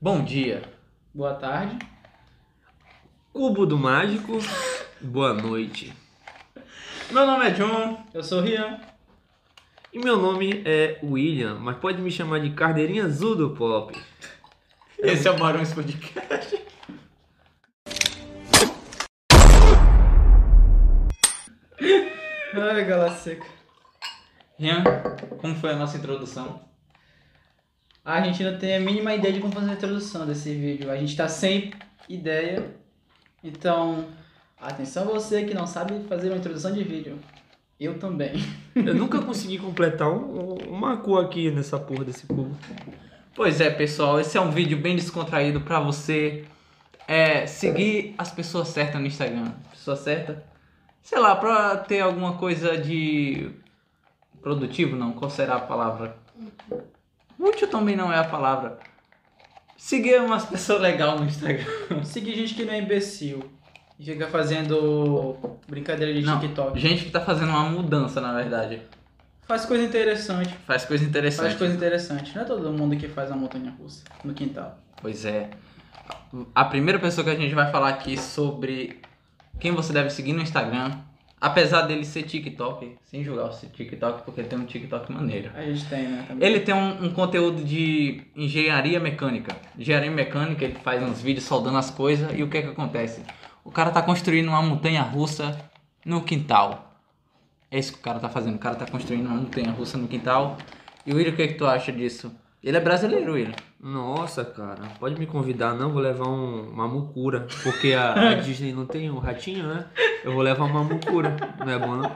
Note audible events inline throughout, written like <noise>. Bom dia. Boa tarde. Cubo do Mágico, boa noite. Meu nome é John. Eu sou o Rian. E meu nome é William, mas pode me chamar de Carneirinha Azul do Pop. Esse é o Barões Podcast. Ai, galera seca. Rian, como foi a nossa introdução? A gente não tem a mínima ideia de como fazer a introdução desse vídeo. A gente tá sem ideia. Então, atenção você que não sabe fazer uma <laughs> introdução de vídeo. Eu também. Eu nunca consegui completar um- um- uma cor aqui nessa porra desse cubo. Pois é, pessoal, esse é um vídeo bem descontraído pra você é, seguir as pessoas certas no Instagram. Pessoa certa? Sei lá, pra ter alguma coisa de produtivo, não, qual será a palavra? Uhum. Útil também não é a palavra. Seguir umas pessoas <laughs> legais no Instagram. Seguir gente que não é imbecil. E fica fazendo brincadeira de Não. TikTok. Gente que tá fazendo uma mudança, na verdade. Faz coisa interessante. Faz coisa interessante. Faz coisa interessante. Não é todo mundo que faz uma montanha russa no quintal. Pois é. A primeira pessoa que a gente vai falar aqui sobre quem você deve seguir no Instagram, apesar dele ser TikTok, sem julgar o TikTok, porque tem um TikTok maneiro. A gente tem, né? Também. Ele tem um, um conteúdo de engenharia mecânica. Engenharia mecânica, ele faz uns vídeos soldando as coisas e o que é que acontece? O cara tá construindo uma montanha russa no quintal. É isso que o cara tá fazendo. O cara tá construindo uma montanha russa no quintal. E o William, o que, é que tu acha disso? Ele é brasileiro, William. Nossa, cara, pode me convidar, não? Vou levar um- uma mucura, porque <laughs> a, a Disney não tem um ratinho, né? Eu vou levar uma mucura, não é bom, não?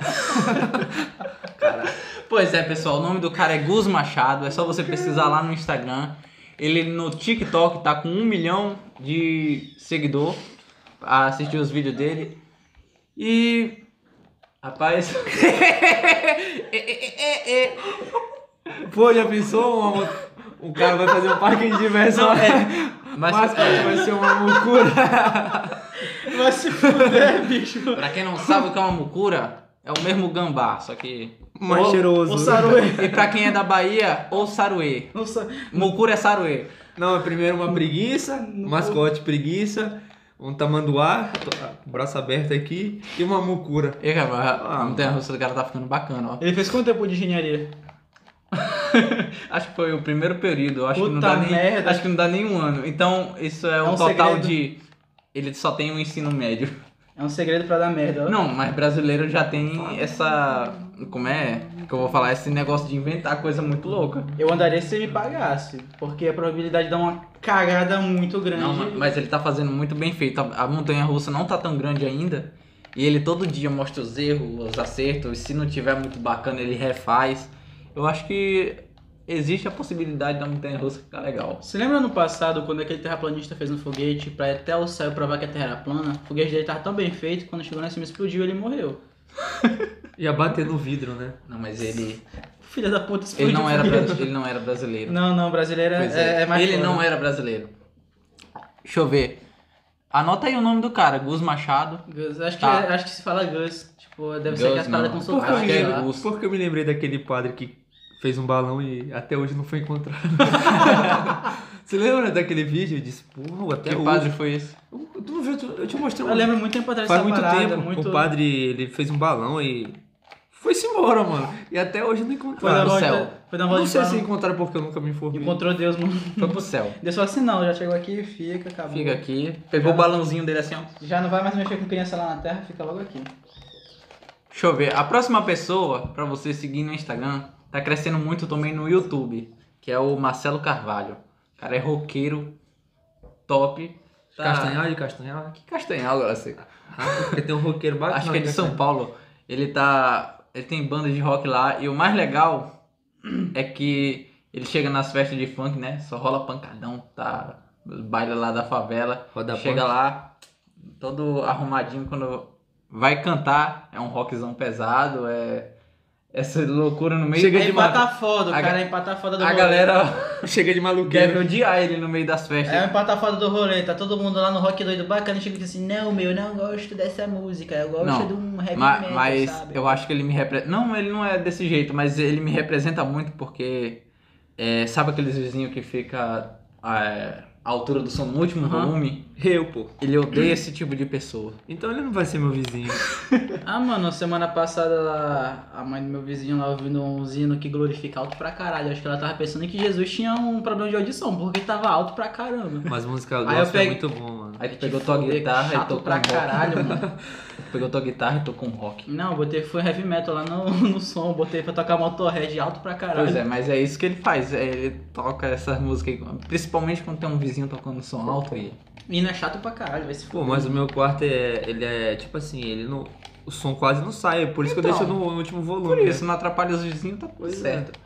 Pois é, pessoal, o nome do cara é Gus Machado, é só você pesquisar lá no Instagram. Ele no TikTok tá com um milhão de seguidor a assistir os vídeos dele. E. Rapaz. <laughs> Pô, já pensou? Uma, um cara vai fazer um parque de diversão, Não, é, <laughs> mas- vai ser um uma mucura. <laughs> Mas se puder, bicho. pra quem não sabe o que é uma mucura, é o mesmo gambá, só que. Mais Ô, cheiroso. ô, Saruê. E pra quem é da Bahia, ou saruê. Nossa, Mucura é saruê. Não, é primeiro uma preguiça, um mascote preguiça, um tamanduá, tô- braço aberto aqui, e uma mucura. E, cara, a montanha russa do cara tá ficando bacana, ó. ele fez quanto tempo de engenharia? Acho que foi o primeiro período, eu acho que não Puta dá nem, merda. acho que não dá nem um ano. Então, isso é um, É um total segredo. de ele só tem um ensino médio. É um segredo pra dar merda. ó. Não, mas brasileiro já tem essa como é que eu vou falar esse negócio de inventar coisa muito louca. Eu andaria se ele me pagasse, porque a probabilidade de dar uma cagada muito grande. Não, ma- mas ele tá fazendo muito bem feito. A, a montanha russa não tá tão grande ainda. E ele todo dia mostra os erros, os acertos. Se não tiver muito bacana, ele refaz. Eu acho que existe a possibilidade da montanha russa ficar legal. Você lembra no passado, quando aquele terraplanista fez um foguete pra ir até o céu provar que a Terra era plana? O foguete dele tava tão bem feito, quando chegou na cima explodiu ele morreu. Ia bater no vidro, né? Não, mas ele Filha da puta, explodiu. Ele não, o era, foguete. brasi- ele não era brasileiro. <laughs> Não, não, brasileiro Pois é, é mais ele foda. não era brasileiro. Deixa eu ver. Anota aí o nome do cara, Gus Machado. Gus, acho, Tá. que, é, acho que se fala Gus. Tipo, deve ser Gus, que as paradas não. com Por Por que, eu Acho me que é sotaque. lembrei, lá. russo. por que eu me lembrei daquele padre que fez um balão e até hoje não foi <laughs> encontrado? Você lembra daquele vídeo? Eu disse, pô, até Que hoje. padre foi esse? Eu- Tu não viu? Tu- Eu te mostrei um. Eu lembro muito tempo atrás Faz dessa muito parada, tempo. muito... O padre ele fez um balão e. Foi-se embora, mano. E até hoje não Foi na do encontraram. volta, céu. foi na volta Não de sei Barão. se encontraram porque eu nunca me informei. Encontrou Deus, mano. Foi pro céu. Deus falou assim, não, já chegou aqui, fica, acabou. Fica aqui. Pegou o balãozinho dele assim, ó. Já não vai mais mexer com criança lá na Terra, fica logo aqui. Deixa eu ver. A próxima pessoa pra você seguir no Instagram tá crescendo muito também no YouTube, que é o Marcelo Carvalho. O cara é roqueiro, top. Tá... Castanhal de Castanhal? Que Castanhal, galera. Você- Ah, porque tem um roqueiro bacana. Acho que é de né, São cara? Paulo. Ele tá. Ele tem banda de rock lá. E o mais legal é que ele chega nas festas de funk, né? Só rola pancadão, tá? Baila lá da favela. Roda chega punk. lá, todo arrumadinho quando vai cantar. É um rockzão pesado, é. Essa loucura no meio Chega É de empatar foda, o A cara é empatar foda do A rolê. galera <laughs> Chega deve de maluqueiro. odiar ele no meio das festas. É um empatar foda do rolê, tá todo mundo lá no rock doido bacana e chega e diz assim, não, meu, não gosto dessa música, eu gosto Não, de um heavy Ma- metal, mas sabe? eu acho que ele me representa. Não, ele não é desse jeito, mas ele me representa muito porque. é, sabe aqueles vizinhos que fica é, a altura do som no último Aham. volume, Eu, pô. ele odeia esse tipo de pessoa. Uhum. Então ele não vai ser meu vizinho. Ah, mano, semana passada lá, a mãe do meu vizinho lá ouvindo um zino que glorifica alto pra caralho. Acho que ela tava pensando que Jesus tinha um problema de audição, porque tava alto pra caramba. Mas música Aí eu gospel é pego- muito bom, Aí mano. tu Vai te pegou tua fuder, guitarra e chato tocou pra um rock. caralho, mano. <laughs> Pegou tua guitarra e tocou um rock. Não, botei foi heavy metal lá no, <laughs> no som, botei pra tocar motorhead alto pra caralho. Pois é, mas é isso que ele faz. é, ele toca essas músicas aí. Principalmente quando tem um vizinho tocando som alto e. E não é chato pra caralho, vai se Pô, fuder. mas o meu quarto é. Ele é tipo assim, ele não. O som quase não sai, por isso que eu Então, deixo no, no último volume. Por Uhum. né? isso, não atrapalha os vizinhos, tá tudo Pois é. certo.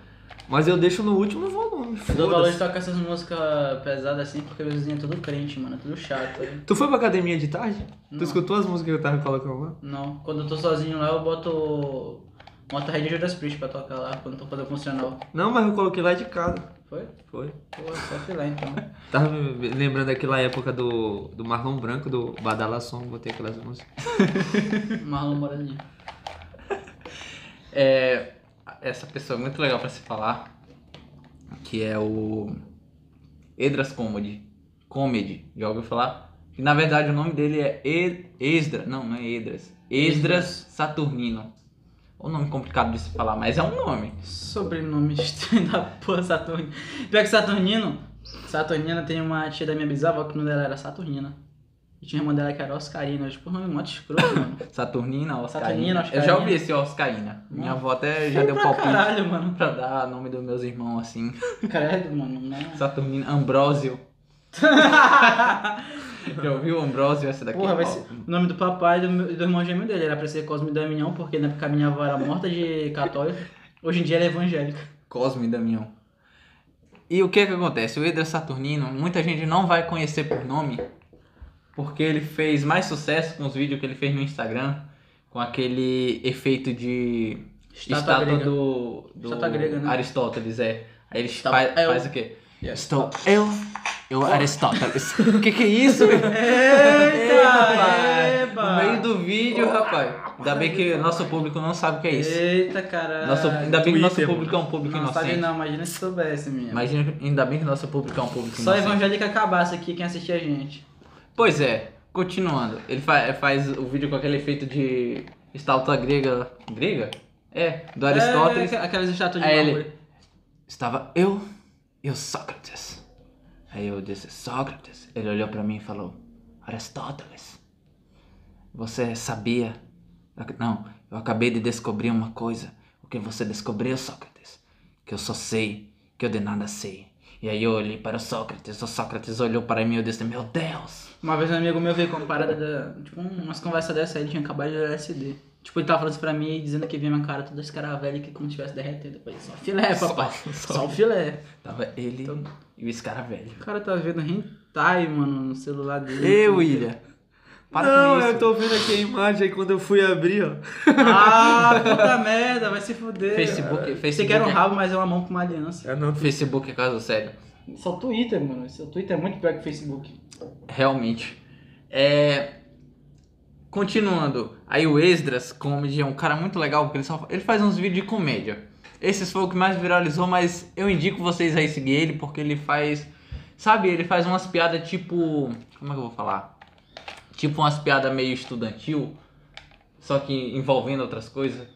Mas eu deixo no último volume. Eu dou valor de foda-se. tocar essas músicas pesadas assim, porque meu vizinho é tudo crente, mano, é tudo chato. hein? Tu foi pra academia de tarde? Não. Tu escutou as músicas que eu tava colocando lá? Não, quando eu tô sozinho lá, eu boto motorhead e Judas Priest pra tocar lá, quando eu tô fazendo funcional. Não, mas eu coloquei lá de casa. Foi? Foi. Pô, só fui lá <laughs> então. Tava me lembrando daquela época do, do Marlon Branco, do Badala Som, botei aquelas músicas. Marlon Moraninho. É, essa pessoa é muito legal pra se falar. Que é o. Edras Comedy. Comedy, já ouviu falar? Que na verdade o nome dele é E- Esdra. Não, não é Edras. Esdras Saturnino. É um nome complicado de se falar, mas é um nome. Sobrenome estranho da porra, Saturnino. Pior que Saturnino, Saturnina tem uma tia da minha bisavó que o nome dela era Saturnina. E tinha uma irmã dela que era Oscarina. Eu, tipo, nome mó escroto, mano. Saturnina, Oscarina. Saturnina, Eu já ouvi Oscarina. esse Oscarina. Minha Nossa. avó até já deu pra palpite caralho, mano. pra dar nome dos meus irmãos assim. Caralho, mano. Não. Saturnina, <laughs> Ambrósio. Já ouviu Ambrósio essa daqui? Porra, vai Ó, ser... O nome do papai e do, meu- e do irmão gêmeo dele era pra ser Cosme e Damião, porque na época a minha avó era morta <laughs> de católico. Hoje em dia ela é evangélica. Cosme e Damião. E o que que acontece? O Edra Saturnino, muita gente não vai conhecer por nome, porque ele fez mais sucesso com os vídeos que ele fez no Instagram, com aquele efeito de estátua, grega. do, do Estátua grega, né? Aristóteles, é. Aí ele Estátua- é faz, eu. faz o quê? Yeah. Estou eu, eu Aristóteles. <laughs> o que que é <laughs> isso? <laughs> rapaz. Eita, No eba! meio do vídeo, rapaz. Ainda bem que nosso público não sabe o que é isso. Eita, caralho. Nosso, ainda bem que nosso Twitter, público é um público Não sabe inocente. não, imagina se soubesse, minha. Imagina, ainda bem que nosso público é um público Só inocente. evangélica acabasse aqui quem assistia a gente. Pois é, continuando. Ele fa- eh, faz o vídeo com aquele efeito de estátua grega. Grega? É, do Aristóteles. É, aqu- aquelas estátuas de Aí ele- mármore. Estava eu e o Sócrates. Aí eu disse, Sócrates. Ele olhou pra mim e falou, Aristóteles, você sabia? Não, eu acabei de descobrir uma coisa. O que você descobriu, Sócrates? Que eu só sei, que eu de nada sei. E aí eu olhei para o Sócrates, o Sócrates olhou para mim e eu disse, meu Deus. Uma vez um amigo meu veio com uma parada da. Tipo, umas conversas dessa aí, ele tinha acabado de LSD. Tipo, ele tava falando isso pra mim e dizendo que via minha cara toda escaravelha que como se tivesse derretendo. Eu falei, só filé, é, papai. Só- Só, só- o filé. Tava ele Então- e o escara velho. O cara tá vendo hentai, mano, no celular dele. Eu, Ilha. Para não, com isso. eu tô vendo aqui a imagem aí quando eu fui abrir, ó. Ah, puta merda, vai se fuder. Facebook, Você Facebook, quer um é- rabo, mas é uma mão com uma aliança. É não. Facebook é caso sério. Só o Twitter, mano. Seu Twitter é muito pior que o Facebook. Realmente. É... Continuando, aí o Esdras Comedy é um cara muito legal, porque ele, só... ele faz uns vídeos de comédia. Esses foi o que mais viralizou, mas eu indico vocês aí seguir ele, porque ele faz. Sabe, ele faz umas piadas tipo. Como é que eu vou falar? Tipo umas piadas meio estudantil, só que envolvendo outras coisas.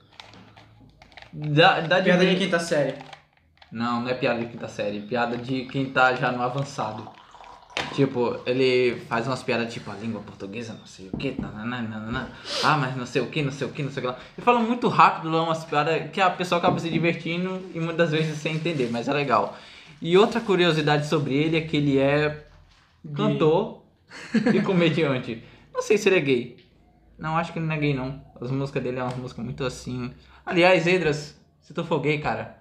Dá, dá de Piada ver- de tá quinta série. não, não é piada de quinta série, piada de quem tá já no avançado. Tipo, ele faz umas piadas tipo a língua portuguesa, não sei o tá, que, nananana, ah, mas não sei o que, não sei o que, não sei o que lá. Ele fala muito rápido lá umas piadas que a pessoa acaba se divertindo e muitas vezes sem entender, mas é legal. E outra curiosidade sobre ele é que ele é cantor e comediante. Não sei se ele é gay. Não, acho que ele não é gay não. As músicas dele é uma música muito assim. Aliás, Edras, se tu for gay, cara,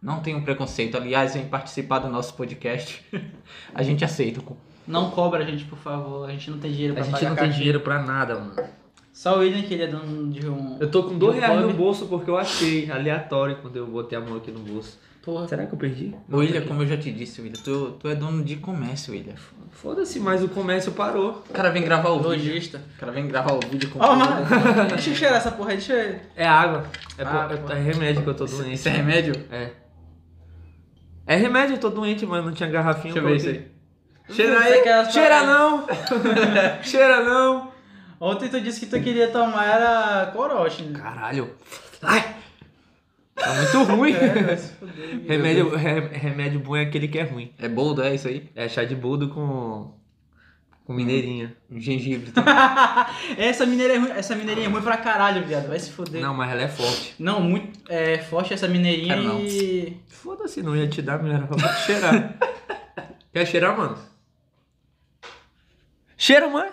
não tenho preconceito. Aliás, vem participar do nosso podcast. <laughs> A gente aceita. Não cobra a gente, por favor. A gente não tem dinheiro A pra gente pagar não tem cachê. dinheiro pra nada, mano. Só o William que ele é dono de um... Eu tô com dois de um reais no pub. bolso porque eu achei aleatório quando eu botei a mão aqui no bolso. Porra. Será que eu perdi? Não, tá William, aqui. como eu já te disse, William, tu, tu é dono de comércio, William. Foda-se, mas o comércio parou. O cara vem gravar o vídeo. Logista. <laughs> O cara vem gravar o vídeo Ah, com Ó, mano. Deixa eu cheirar essa porra. Deixa eu... É água. É, Ah, por- é- pô. é remédio que eu tô doente. Isso é remédio? É. É remédio, eu tô doente, mas não tinha garrafinha. Deixa eu ver isso coloquei. aí. Cheira Você aí. quer as Cheira paradas? não! <laughs> Cheira não! Ontem tu disse que tu queria tomar era corote. né? Caralho! Ai! Tá muito ruim! É, vai se fuder. remédio, re- remédio bom é aquele que é ruim. É boldo, é isso aí? É chá de boldo com. com tá? mineirinha. Um gengibre também. <laughs> essa, mineira é ruim, essa mineirinha é ruim pra caralho, viado. Vai se <laughs> fuder. Não, mas ela é forte. Não, muito é, forte essa mineirinha Quero não. e. Foda-se, não ia te dar, melhor era pra cheirar. <laughs> Quer cheirar, mano? Cheira, mano!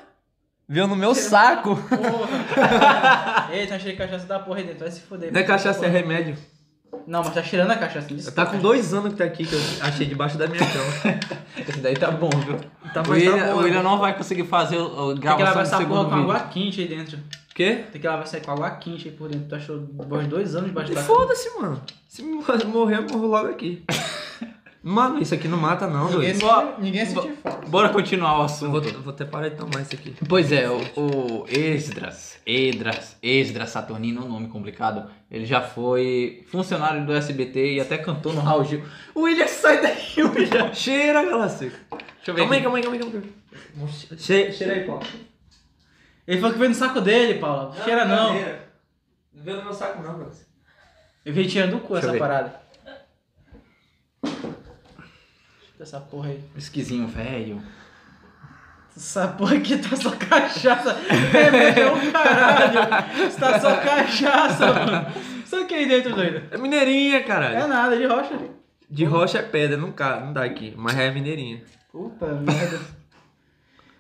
Viu no meu saco! Porra! <laughs> Eita, achei cachaça da porra aí dentro. Vai se fuder. Não é cachaça, é remédio. Não, mas tá cheirando a cachaça. Tá com dois anos que tá aqui, que eu achei debaixo da minha <laughs> cama. Esse daí tá bom, viu? Tá, Então mas o, William, tá bom, o William né? não vai conseguir fazer o- a Tem que gravação lavar do essa porra segundo com vídeo. água quente aí dentro. Quê? Tem que lavar essa com água quente aí por dentro. Tu achou depois de dois anos debaixo da cama. Foda-se, mano. Se me <laughs> morrer, eu morro logo aqui. <laughs> Mano, isso aqui não mata, não, doido. Bo- Ninguém bo- sentiu falta. Bora continuar o Eu Vou, assunto. vou até parar de tomar isso aqui. Pois é, o, o Esdras, Esdras, Esdras Saturnino, um nome complicado. Ele já foi funcionário do SBT e até cantou no Raul Gil. William, sai daí, William. Cheira, galaceca. Deixa eu ver. Calma aí, aqui. calma aí, calma aí. Calma aí. Che- Cheira aí, Paulo. Ele falou que veio no saco dele, Paula. Cheira não. é Não veio no meu saco, não, galaceca. Eu vi tirando do cu Deixa eu essa ver. parada. Essa porra aí. Esquisinho velho. Essa porra aqui tá só cachaça. É meu caralho. Isso tá só cachaça, mano. Só que aí dentro, doido. É mineirinha, É caralho. nada, de rocha. De rocha é pedra, não, ca- não dá aqui. Mas é mineirinha. Puta merda.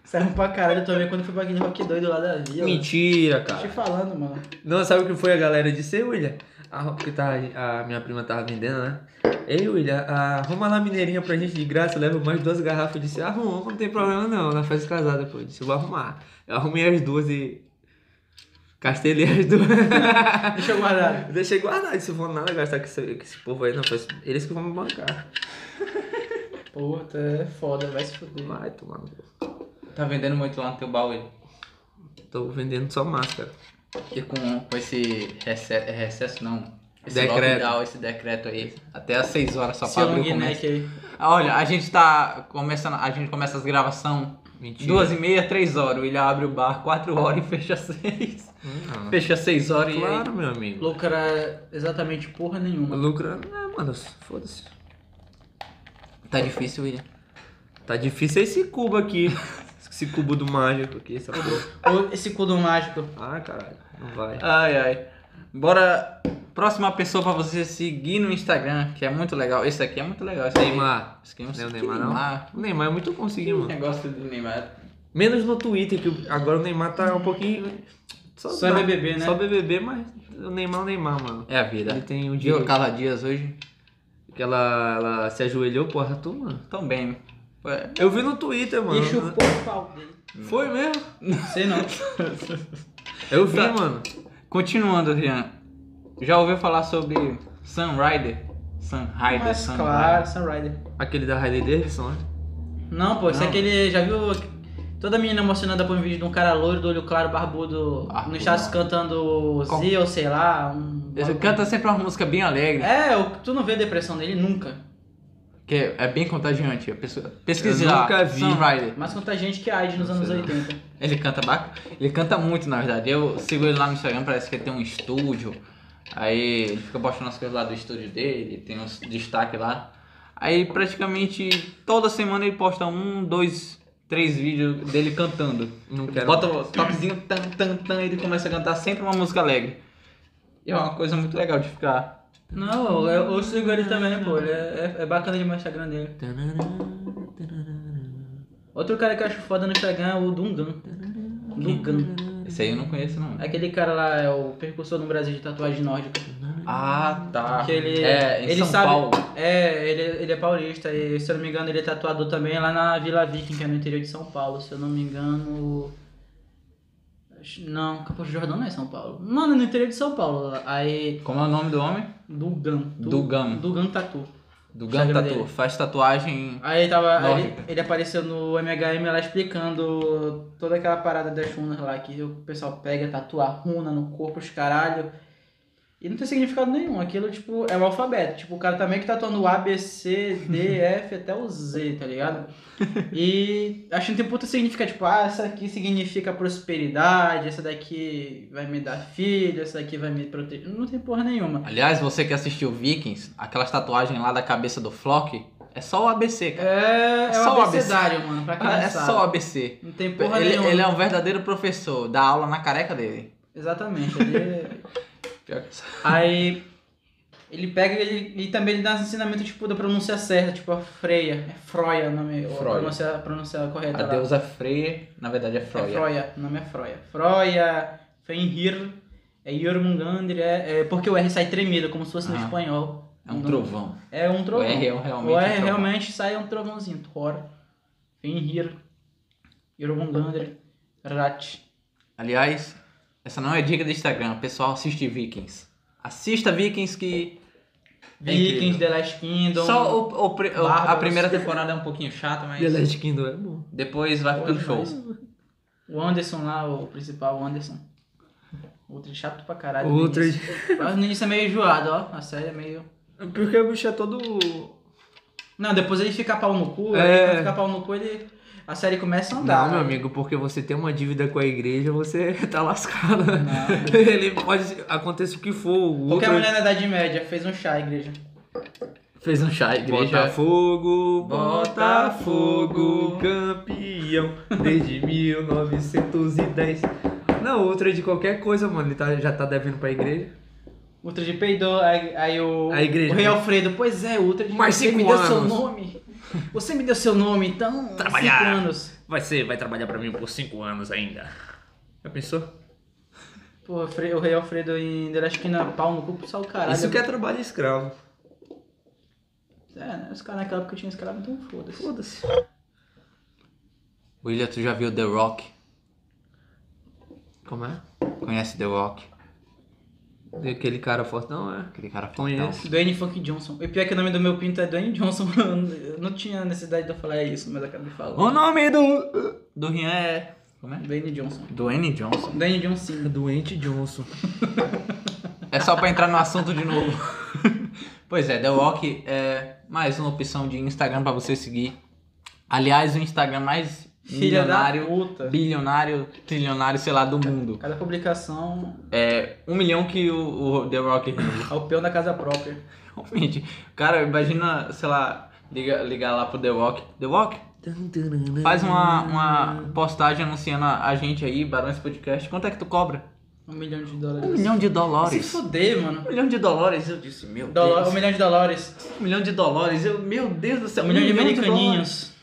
Isso é ruim pra caralho. Eu tomei quando fui pra aquele rock doido lá da vila. Mentira, Tô te cara. falando, mano. Não, sabe o que foi a galera disse? Ei, William, a roupa que tá, a minha prima tava vendendo, né? Ei, William, a- arruma lá a mineirinha pra gente de graça, leva mais duas garrafas. Eu disse, arruma, não tem problema não, na festa casada, pô. Eu disse, eu vou arrumar. Eu arrumei as duas e... Castelei as duas. <laughs> Deixa eu guardar. Eu Deixei guardar, disse, vou nada gastar com esse, com esse povo aí, não. Foi eles que vão me bancar. Puta, é foda, vai se fuder. Vai tomar no cu. Tá vendendo muito lá no teu baú ele. Tô vendendo só máscara. E com, com esse rece- é recesso, não. Esse Decreto. lockdown, esse decreto aí. Até às 6 horas só Esse pra abrir o long comércio. neck aí. Ah, Olha, a gente tá começando, a gente começa as gravação Mentira. duas e meia, três horas. O Ilha abre o bar quatro horas e fecha seis. Não. Fecha seis horas e aí. Claro, meu amigo. Lucrar exatamente porra nenhuma. Lucra... É, mano, foda-se. Tá difícil, William. Tá difícil esse cubo aqui. Esse cubo do mágico aqui, essa porra. Ou Esse cu do mágico. Ah, caralho. Não vai. Ai, ai. Bora. Próxima pessoa pra você seguir no Instagram, que é muito legal. Esse aqui é muito legal. Esse aí. Neymar. Esse aqui é um- Não é o que Neymar, não? O Neymar é muito bom seguir, Que mano. negócio do Neymar. Menos no Twitter, que o- agora o Neymar tá um pouquinho... Só tá- BBB, né? Só BBB, mas o Neymar é o Neymar, mano. É a Ele vida. tem um dia Viu a Carla Dias hoje? que ela, ela se ajoelhou, porra, tu, mano. Tão bem. Ué, Eu vi no Twitter, mano. E chupou o pau dele. Foi mesmo? Sei <laughs> não. Eu vi, Tá. mano. Continuando, Rian. Já ouviu falar sobre Sun Rider? Sun Rider, Mas Sun claro, Sunrider. Aquele da Riley Davidson, né? Não, pô, isso é Não. aquele. Já viu toda menina emocionada por um vídeo de um cara loiro do olho claro, barbudo, Ah, Barbudo, no status não. cantando Qual? Z ou sei lá. Um... é Ele canta sempre uma música bem alegre, É, o- tu não vê a depressão dele nunca. que é, é bem contagiante. A pessoa pesquisa Eu lá, nunca vi. Sun Rider. Mas quanta gente que é AIDS nos Não anos sei não. 80. Ele canta bac... Ele canta muito, na verdade. Eu sigo ele lá no Instagram, parece que ele tem um estúdio. Aí ele fica postando as coisas lá do estúdio dele, tem uns destaque lá. Aí praticamente toda semana ele posta um, dois, três vídeos dele cantando. Não quero. Bota o toquezinho, tan, tan, tan, e ele começa a cantar sempre uma música alegre. E é uma coisa muito legal de ficar. Não, eu, eu sigo ele também, pô. Ele é, é- é bacana demais o Instagram dele. Outro cara que eu acho foda no Instagram é o Dungan. Dungan. Esse aí eu não conheço, não. Aquele cara lá é o percursor no Brasil de tatuagem nórdica. Ah, tá. Que ele, é, em ele São sabe, Paulo. É, ele, ele é paulista e, se eu não me engano, ele é tatuador também lá na Vila Viking, que é no interior de São Paulo. Se eu não me engano. acho- Não, Campos do Jordão não é São Paulo. Mano, no interior de São Paulo. Aí. Como é o nome do homem? Dugan. Du- Dugan. Dugan Tatu. Do Instagram Gan Tatu. dele. Faz tatuagem. Aí ele tava. aí Nórdica. ele, ele apareceu no MHM lá explicando toda aquela parada das runas lá, que o pessoal pega, tatua runa no corpo, os caralho. E não tem significado nenhum. Aquilo, tipo, é o alfabeto. Tipo, o cara tá meio que tatuando o A, B, C, D, F até o Z, tá ligado? E acho que não tem puta significado. Tipo, ah, essa aqui significa prosperidade, essa daqui vai me dar filho, essa daqui vai me proteger. Não tem porra nenhuma. Aliás, você que assistiu Vikings, aquelas tatuagens lá da cabeça do Flock, é só o ABC, cara. É, é, só o o abecedário, mano, pra quem Ah, não É sabe. só o ABC. Não tem porra Ele, nenhuma. ele é um verdadeiro professor, dá aula na careca dele. Exatamente. Ele... é- Pior que isso. Aí ele pega e ele, e também ele dá ensinamento tipo da pronúncia certa, tipo a Freia, é Froia o nome, ou a Froia. pronúncia, a pronúncia correta A lá. deusa Freya, na verdade é Freya. É Froia, o nome é Froia. Froia, Fenrir, é Jormungandr, é, é porque o R sai tremido, como se fosse no Ah. espanhol. É um Não- trovão. É um O trovão. R é um- realmente. um o R trovão. realmente sai um trovãozinho. Thor, Fenrir, Jormungandr, Rat. Aliás, essa não é dica do Instagram. Pessoal, assiste Vikings. Assista Vikings que. É Vikings, incrível. The Last Kingdom. Só o- o pri- o- a Bárbaros. primeira temporada é um pouquinho chata, mas The Last Kingdom é bom. depois vai ficando show. O Anderson lá, o principal, o Anderson. Outro chato pra caralho. no Outro. início. Mas no início é meio enjoado, ó. A série é meio. Porque o bicho é todo. Não, depois ele fica pau no cu, É. aí quando fica pau no cu, ele. A série começa a andar. né? Não, meu amigo, porque você tem uma dívida com a igreja, você <laughs> tá lascado. Não. <laughs> Ele pode. Acontece o que for. O outro Qualquer mulher na Idade Média fez um chá, igreja. Fez um chá, igreja. Botafogo, Botafogo. Botafogo, campeão <laughs> desde 1910. Não, outra de qualquer coisa, mano. Ele tá- já tá devendo pra igreja. Ultra de peidou, aí, aí o. A igreja. O Rei Alfredo, pois é, Ultra de Mais Você cinco me deu seu anos. nome. Você me deu seu nome, então. Trabalhar. Cinco anos. Vai ser, vai trabalhar pra mim por 5 anos ainda. Já pensou? Pô, o Fre- o Rei Alfredo ainda era acho que na pau no cu, só o caralho. Isso que é trabalho escravo. É, né? Os caras naquela época tinham escravo, então foda-se. Foda-se. William, tu já viu The Rock? Como é? Conhece The Rock? Aquele cara fortão, é? Aquele cara fortão. Conheço. Dwayne Funk Johnson. E pior que o nome do meu pinto é Dwayne Johnson. <laughs> Eu não tinha necessidade de eu falar isso, mas acabei falando. O nome do. Do Rian é. Como é? Dwayne Johnson. Dwayne Johnson. Dwayne Johnson. Doente Johnson. É só pra entrar no assunto de novo. <laughs> pois é, The Rock é mais uma opção de Instagram pra você seguir. Aliás, o Instagram mais Filha da milionário, puta. bilionário, trilionário, sei lá, do mundo. Cada publicação É um milhão que o, o The Rock rende. é o peão da casa própria. <laughs> Realmente. Cara, imagina, sei lá, liga- ligar lá pro The Rock. The Rock, faz uma, uma postagem anunciando a a gente aí, Barões Podcast. Quanto é que tu cobra? Um milhão de Um dólares. milhão de Se dólares. fuder, mano. Um milhão de dólares, eu disse, meu Dólar- Deus. um milhão de dólares. Um milhão de dólares, eu, meu Deus do céu. Um milhão de dólares. americaninhos.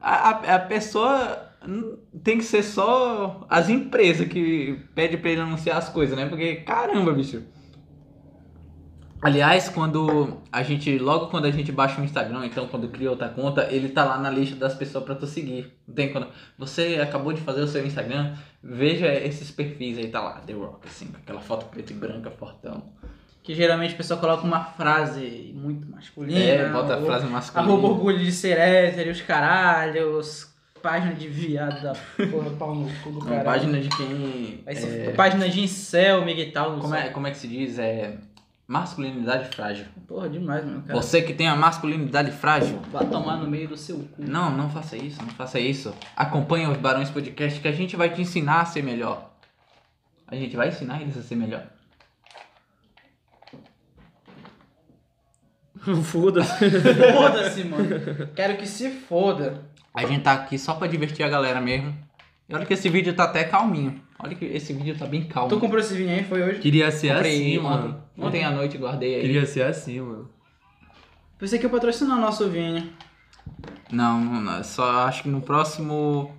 A, a, a pessoa n- tem que ser só as empresas que pede pra ele anunciar as coisas, né? Porque, caramba, bicho. Aliás, quando a gente. Logo quando a gente baixa o Instagram, então quando cria outra conta, ele tá lá na lista das pessoas pra tu seguir. Não tem quando. Você acabou de fazer o seu Instagram, veja esses perfis aí, tá lá, The Rock, assim, com aquela foto preta e branca, fortão. Que geralmente o pessoal coloca uma frase muito masculina. É, bota a ou- frase masculina. Arroba orgulho de ser hétero, os caralhos. Página de viado da porra, pau no cu do Uma caralho. página de quem. Aí é, você- Página de incel, miguel Como é, como é que se diz? É masculinidade frágil. Porra, demais, mano, cara. Você que tem a masculinidade frágil, Vá tomar no meio do seu cu. não, não faça isso, não faça isso. Acompanha os Barões Podcast que a gente vai te ensinar a ser melhor. A gente vai ensinar eles a ser melhor. <laughs> Foda-se. Foda-se, mano. Quero que se foda. A gente tá aqui só pra divertir a galera mesmo. E olha que esse vídeo tá até calminho. Olha que esse vídeo tá bem calmo. Tu comprou esse vinho aí? Foi hoje? Queria ser Comprei assim, ontem, mano. ontem à noite, guardei aí. Queria ser assim, mano. Pensei que ia patrocinar é o nosso vinho. Não, não, não, só acho que no próximo.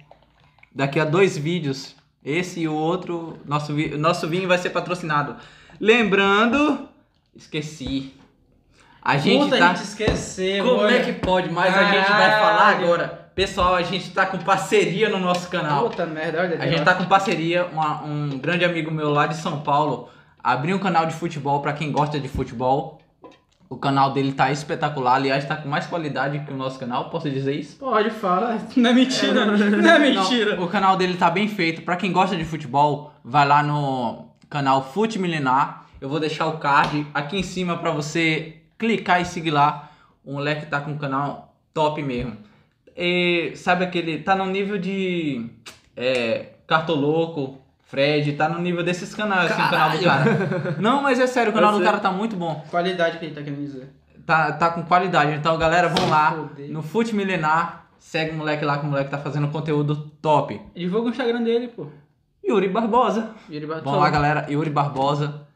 Daqui a dois vídeos, esse e o outro, nosso, vi- nosso vinho vai ser patrocinado. Lembrando. Esqueci. A gente Puta, tá. a gente esqueceu. Como olha. é que pode? Mas a gente vai falar Caralho. agora. Pessoal, a gente tá com parceria no nosso canal. Puta merda, olha. A gente tá com parceria. uma- um grande amigo meu lá de São Paulo abriu um canal de futebol pra quem gosta de futebol. O canal dele tá espetacular. Aliás, tá com mais qualidade que o nosso canal. Posso dizer isso? Pode falar. <laughs> Não é mentira. Não é mentira. Não, o canal dele tá bem feito. Pra quem gosta de futebol, vai lá no canal Fute Milenar Eu vou deixar o card aqui em cima pra você clicar e seguir lá. O moleque tá com um canal top mesmo. E sabe aquele. Tá no nível de. É, Cartoloco, Fred, tá no nível desses canais, assim, o canal do cara. Não, mas é sério, o canal do Você- cara tá muito bom. Qualidade que ele tá querendo dizer. Tá, tá com qualidade. Então, galera, vão lá Foder. no Fute Milenar. Segue o moleque lá, que o moleque tá fazendo conteúdo top. Divulga o Instagram dele, pô. Yuri Barbosa. Yuri Vão lá, Barbosa. galera. Yuri Barbosa.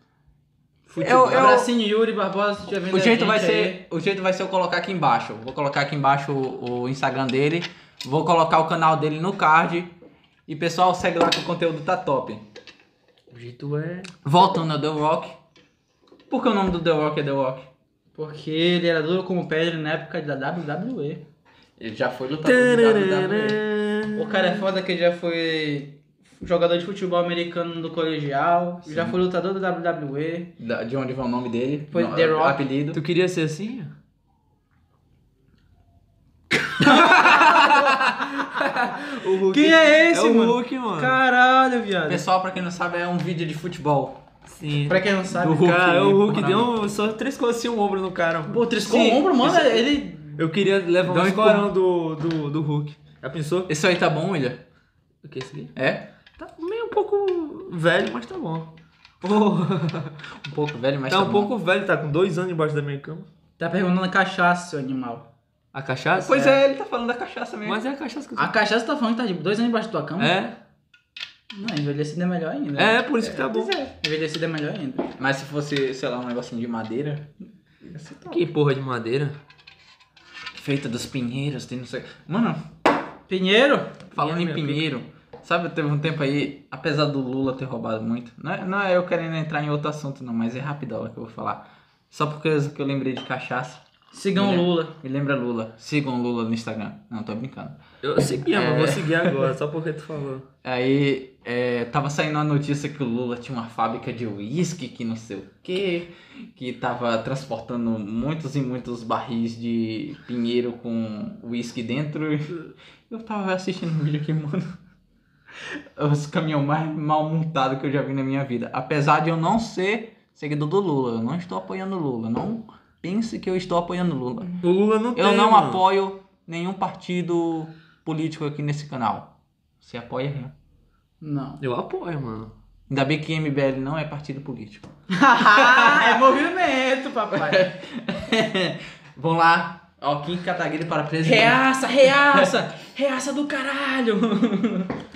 Futebol. Eu- eu- Abracinho, Yuri Barbosa, se tiver vendo O a jeito, gente vai aí. ser, o jeito vai ser eu colocar aqui embaixo. Vou colocar aqui embaixo o, o Instagram dele. Vou colocar o canal dele no card. E pessoal, segue lá que o conteúdo tá top. O jeito é. Voltando ao The Rock. Por que o nome do The Rock é The Rock? Porque ele era duro como pedra na época da WWE. Ele já foi lutador O cara é foda que ele já foi jogador de futebol americano do colegial, já foi lutador da WWE. Da- De onde vem o nome dele? Foi no- The Rock. Apelido. Tu queria ser <laughs> assim? o Hulk. Quem é esse, é o mano? Hulk, mano. Caralho, viado. Pessoal, pra quem não sabe, é um vídeo de futebol. Sim. Pra quem não sabe, o Hulk, cara, o Hulk porra. deu um- só três assim um ombro no cara. mano. Pô, triscou Sim. o ombro, mano. Isso- Ele. Eu queria levar Dá um um escorão do, do, do Hulk. Já pensou? Esse aí tá bom, William? O que é esse aqui? É? Tá meio um pouco velho, mas tá bom. Oh. <laughs> Um pouco velho, mas tá tá, um bom. pouco velho, tá com dois anos embaixo da minha cama. Tá perguntando a cachaça, seu animal. A cachaça? Pois é, ele tá falando da cachaça mesmo. Mas é a cachaça que eu A cachaça tá falando que tá de dois anos embaixo da tua cama? É, Não, envelhecido é melhor ainda. é, por isso que tá bom. Envelhecido é melhor ainda. Mas se fosse, sei lá, um negocinho de madeira. Que porra de madeira. Feita dos pinheiros, tem não sei. Mano, Pinheiro? falando em minha pica. pinheiro, sabe, teve um tempo aí, apesar do Lula ter roubado muito. Não é, não é eu querendo entrar em outro assunto, não, mas é rapidão que eu vou falar. Só porque eu- que eu lembrei de cachaça. Sigam Ele é- Lula. Me lembra Lula. Sigam Lula no Instagram. Não, tô brincando. Eu segui, mas É. vou seguir agora, só porque tu falou. Aí é, tava saindo a notícia que o Lula tinha uma fábrica de uísque, que não sei o quê, que tava transportando muitos e muitos barris de pinheiro com uísque dentro. Eu tava assistindo um vídeo aqui, mano. Os caminhão mais mal montado que eu já vi na minha vida. Apesar de eu não ser seguidor do Lula, eu não estou apoiando o Lula. Não pense que eu estou apoiando o Lula. O Lula não tem. Eu não mano. apoio nenhum partido político aqui nesse canal. Você apoia mesmo. <laughs> Não. <laughs> Eu apoio, mano. Ainda bem que MBL não é partido político. <laughs> é movimento, papai. Vão lá, ó, Kim Kataguiri para presidente. Reaça, reaça! Reaça do caralho!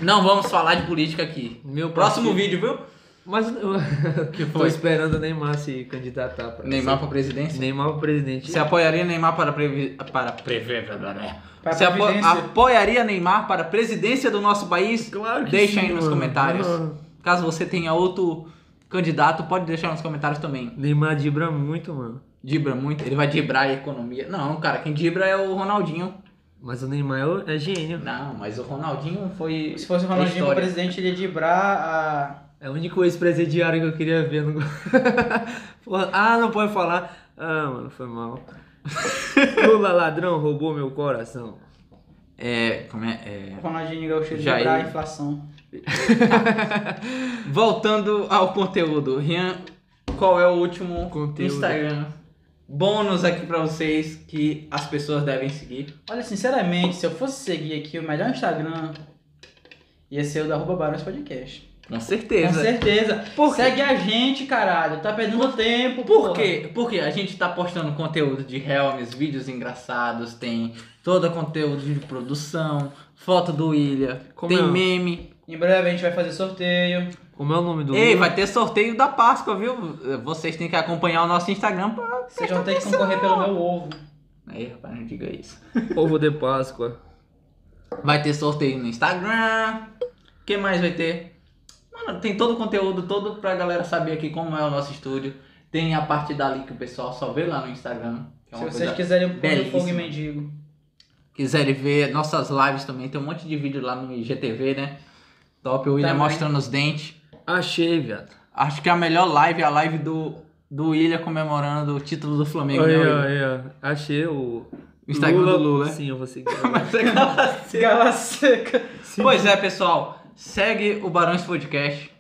Não vamos falar de política aqui. Meu Próximo partido- vídeo, viu? Mas eu <laughs> Que tô foi? esperando o Neymar se candidatar pra. Neymar para presidência. Neymar é o presidente. Você apoiaria Neymar para previ... para prever, Pra Você apo- previdência. apoiaria Neymar para a presidência do nosso país? Claro que Deixa sim, aí nos mano. comentários. Ah, Caso você tenha outro candidato, pode deixar nos comentários também. Neymar dibra muito, mano. Dibra muito, ele vai dibrar a economia. Não, cara, quem dibra é o Ronaldinho. Mas o Neymar é o- é gênio. Não, mas o Ronaldinho foi. Se fosse o é Ronaldinho pro história. presidente, ele ia dibrar a. É o único ex-presidiário que eu queria ver. No... <laughs> Porra, ah, não pode falar. Ah, mano, foi mal. <laughs> Lula ladrão roubou meu coração. É. Como é? é... <laughs> O Ronaldinho Gaúcho Jair. dibrar a inflação. Voltando ao conteúdo, Rian, qual é o último Conteúdo. Instagram bônus aqui pra vocês que as pessoas devem seguir? Olha, sinceramente, se eu fosse seguir aqui o melhor Instagram, ia ser o da arroba Barões Podcast. Com Com certeza. certeza. Por quê? Segue a gente, caralho. Tá perdendo tempo, Por porra. quê? Porque a gente tá postando conteúdo de Helms, vídeos engraçados, tem todo o conteúdo de produção, foto do William, Como tem é? meme. Em breve a gente vai fazer sorteio. Como é o nome do Ei, Lula? vai ter sorteio da Páscoa, viu? Vocês têm que acompanhar o nosso Instagram. Pra... Vocês vão ter que concorrer pelo meu ovo. Aí, rapaz, não diga isso. Ovo de Páscoa. Vai ter sorteio no Instagram. O que mais vai ter? Mano, tem todo o conteúdo todo pra galera saber aqui como é o nosso estúdio. Tem a parte dali que o pessoal só vê lá no Instagram. que é Se uma vocês coisa- quiserem um pão de belíssima. fogo e mendigo. quiserem ver nossas lives também, tem um monte de vídeo lá no IGTV, né? Top, o William Também. mostrando os dentes. Achei, viado. Acho que a melhor live é a live do, do William comemorando o título do Flamengo, né, Olha, William? olha. Achei o. O Instagram do Lula, <laughs> né? Sim, eu vou seguir. <laughs> Mas é aquela Gala seca. Pois é, pessoal. Segue o Barões Podcast.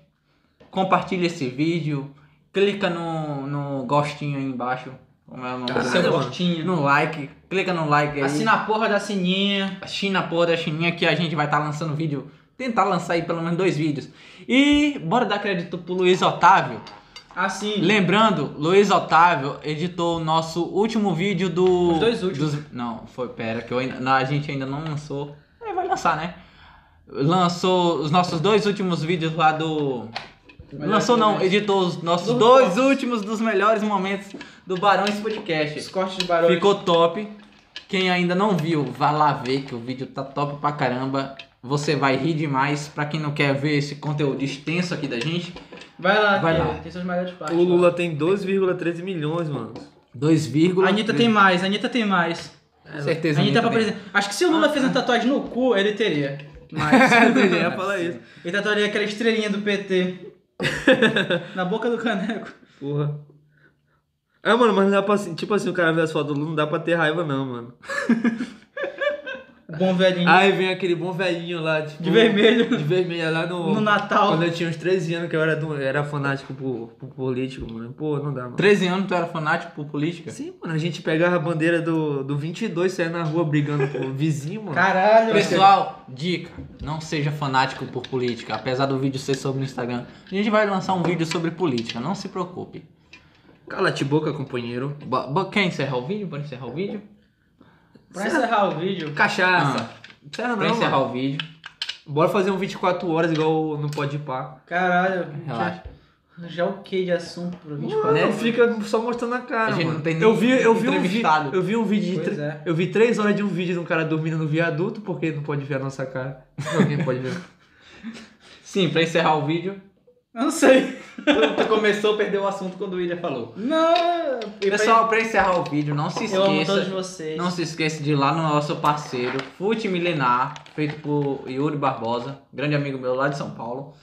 Compartilha esse vídeo. clica no, no gostinho aí embaixo. Como é o nome? Caralho, Seu mano. gostinho. No like. Clica no like aí. Tá. Assina a porra da sininha. China, porra da Chininha, que a gente vai estar lançando vídeo. Tentar lançar aí pelo menos dois vídeos. E bora dar crédito pro Luiz Otávio. Assim. Lembrando, Luiz Otávio editou o nosso último vídeo do. Os dois últimos. dos- não, foi, pera, que eu ainda- não, a gente ainda não lançou. É, vai lançar, né? Lançou os nossos dois últimos vídeos lá do. Melhores lançou não, momentos. editou os nossos Do dois Fox. últimos dos melhores momentos do Barões Podcast. Os cortes de barulho. Ficou top. Quem ainda não viu, vá lá ver que o vídeo tá top pra caramba. Você vai rir demais. Pra quem não quer ver esse conteúdo extenso aqui da gente, Vai lá, Vai que lá. tem suas melhores partes. O lá. Lula tem 2,13 <laughs> milhões, mano. 2, A Anitta tem mais, a Anitta tem mais. certeza. Ah, a Anitta é pra também. <laughs> presidente. Acho que se o Lula fez uma tatuagem no cu, ele teria. Mas. <laughs> É, Eu né? já ia falar isso. ele tatuaria aquela estrelinha do <laughs> PT. na boca do caneco. Porra. Ah, mano, mas não dá pra. assim- Tipo assim, o cara vê as fotos do Lula, não dá pra ter raiva, não, mano. O Bom velhinho. Ah, Aí vem aquele bom velhinho lá, tipo. De vermelho. De vermelho, é lá no. No Natal. Quando eu tinha uns 13 anos, que eu era, do- era fanático por, por político, mano. Pô, não dá, mano. 13 anos tu era fanático por política? Sim, mano, a gente pegava a bandeira do, do 22 saindo na rua brigando com o vizinho, mano. Caralho, Pessoal, dica, não seja fanático por política, apesar do vídeo ser sobre o Instagram. A gente vai lançar um vídeo sobre política, não se preocupe. Cala te boca, companheiro. Ba- ba- Quer encerrar o vídeo? Bora encerrar o vídeo? Pra encerrar o vídeo, Cachaça. Será Pra não, encerrar mano. o vídeo, Bora fazer um 24 horas igual no Pode Pá. caralho. relaxa. Né? Já, já o que de assunto pro vídeo? Mano, fica só mostrando a cara, A gente mano. não tem eu vi, eu vi um vídeo, entrevistado. eu vi um vídeo de Pois tre- é. eu vi três horas de um vídeo de um cara dormindo no viaduto, porque não pode ver a nossa <laughs> cara. Alguém pode ver. Sim, pra encerrar o vídeo, Eu não sei. tu, tu começou a perder o assunto quando o William falou. Não. e pra- Pessoal, pra encerrar o vídeo, não se eu amo todos esqueça. vocês. Não se esqueça de ir lá no nosso parceiro, Fute Milenar, feito por Yuri Barbosa, grande amigo meu lá de São Paulo.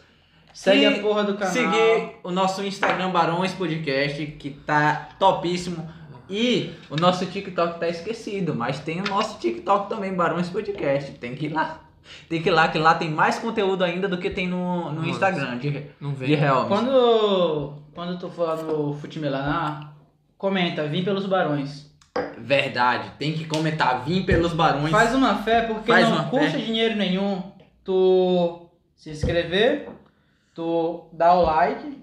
Segue E a porra do canal. Seguir o nosso Instagram Barões Podcast, que tá topíssimo. E o nosso TikTok tá esquecido, mas tem o nosso TikTok também, Barões Podcast. Tem que ir lá. Tem que ir lá, que lá tem mais conteúdo ainda do que tem no, no Nossa. Instagram, de, Não de vem. real. Quando, quando tu for lá no Futimilaná, comenta, vim pelos barões. Verdade, tem que comentar. Vim pelos Barões. Faz uma fé, porque Faz uma não custa fé. dinheiro nenhum tu se inscrever, tu dar o like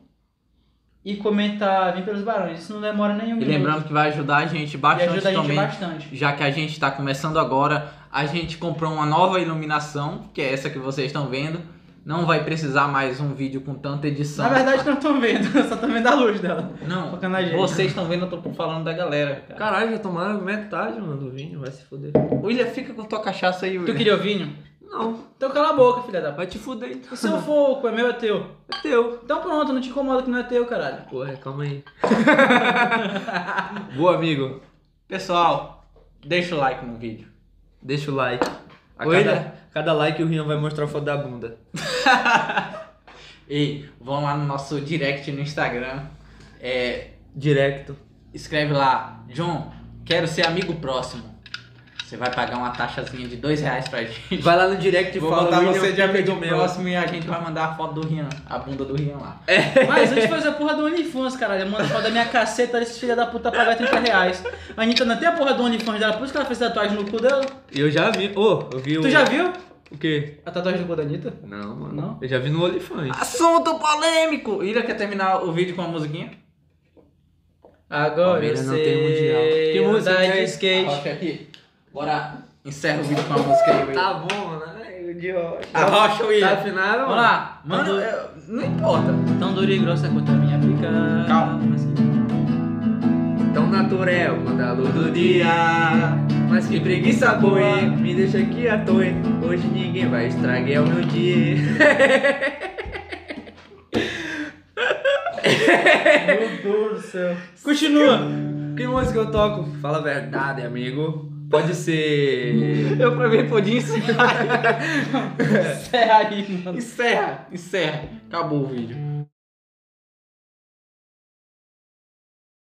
e comentar, vim pelos barões. Isso não demora nenhum E minuto. lembrando que vai ajudar a gente um E bastante ajuda a gente também. bastante. já que a gente está começando agora, a gente comprou uma nova iluminação, que é essa que vocês estão vendo. Não vai precisar mais um vídeo com tanta edição. Na verdade, não estão vendo, <laughs> só estão vendo a luz dela. não, sacanagem. vocês estão vendo, eu tô falando da galera. Cara. Caralho, já tomaram metade, mano, do vinho, vai se fuder. William, fica com tua cachaça aí, Tu William. queria o vinho? Não, Então cala a boca, filha da p. vai te fuder então. E se <laughs> eu for, é meu, é teu. É teu. Então pronto, não te incomoda que não é teu, caralho. Porra, <laughs> calma aí. Boa, amigo. Pessoal, deixa o like no vídeo. Deixa o like. A Oi, cada, né? cada like o Rian vai mostrar a foto da bunda. E vão lá no nosso direct no Instagram. É, Direto. escreve lá, John, quero ser amigo próximo. Você vai pagar uma taxazinha de dois reais pra gente. Vai lá no direct e Vou fala botar William, você de fica amigo meu. próximo e a gente vai mandar a foto do Rian, a bunda do Rian lá. Mas antes fazer a porra do OnlyFans, caralho. Manda foto da minha caceta, esses filha da puta pagar 30 reais. A Anitta não tem a porra do OnlyFans dela, por isso que ela fez tatuagem no cu dela. E eu já vi. Ô, eu vi o. Tu já viu O quê? a tatuagem no cu da Anitta? Não, mano. Não? Eu já vi no OnlyFans. Assunto polêmico! Ira quer terminar o vídeo com uma musiquinha? Agora Palmeiras eu não sei. tem mundial. Que música andar que de é? skate. Arrocha aqui. Bora, encerra o vídeo com uma música aí. Tá. bom, mano. Ai, de Ah, rocha. Arrocha o Ira. afinado, Vamos lá. Mano, eu- não importa. Tão dura e grossa quanto a minha pica. Calma. Mas que- Tão natural quando Então, a luz do dia. Mas que preguiça boa, me deixa aqui à toa. Hoje ninguém vai estragar o meu dia. Meu Deus do <laughs> céu. Continua. Que música eu toco? Fala a verdade, amigo. Pode ser. Eu pra mim é podia <laughs> encerrar. Encerra aí, mano. encerra, encerra. Acabou o vídeo.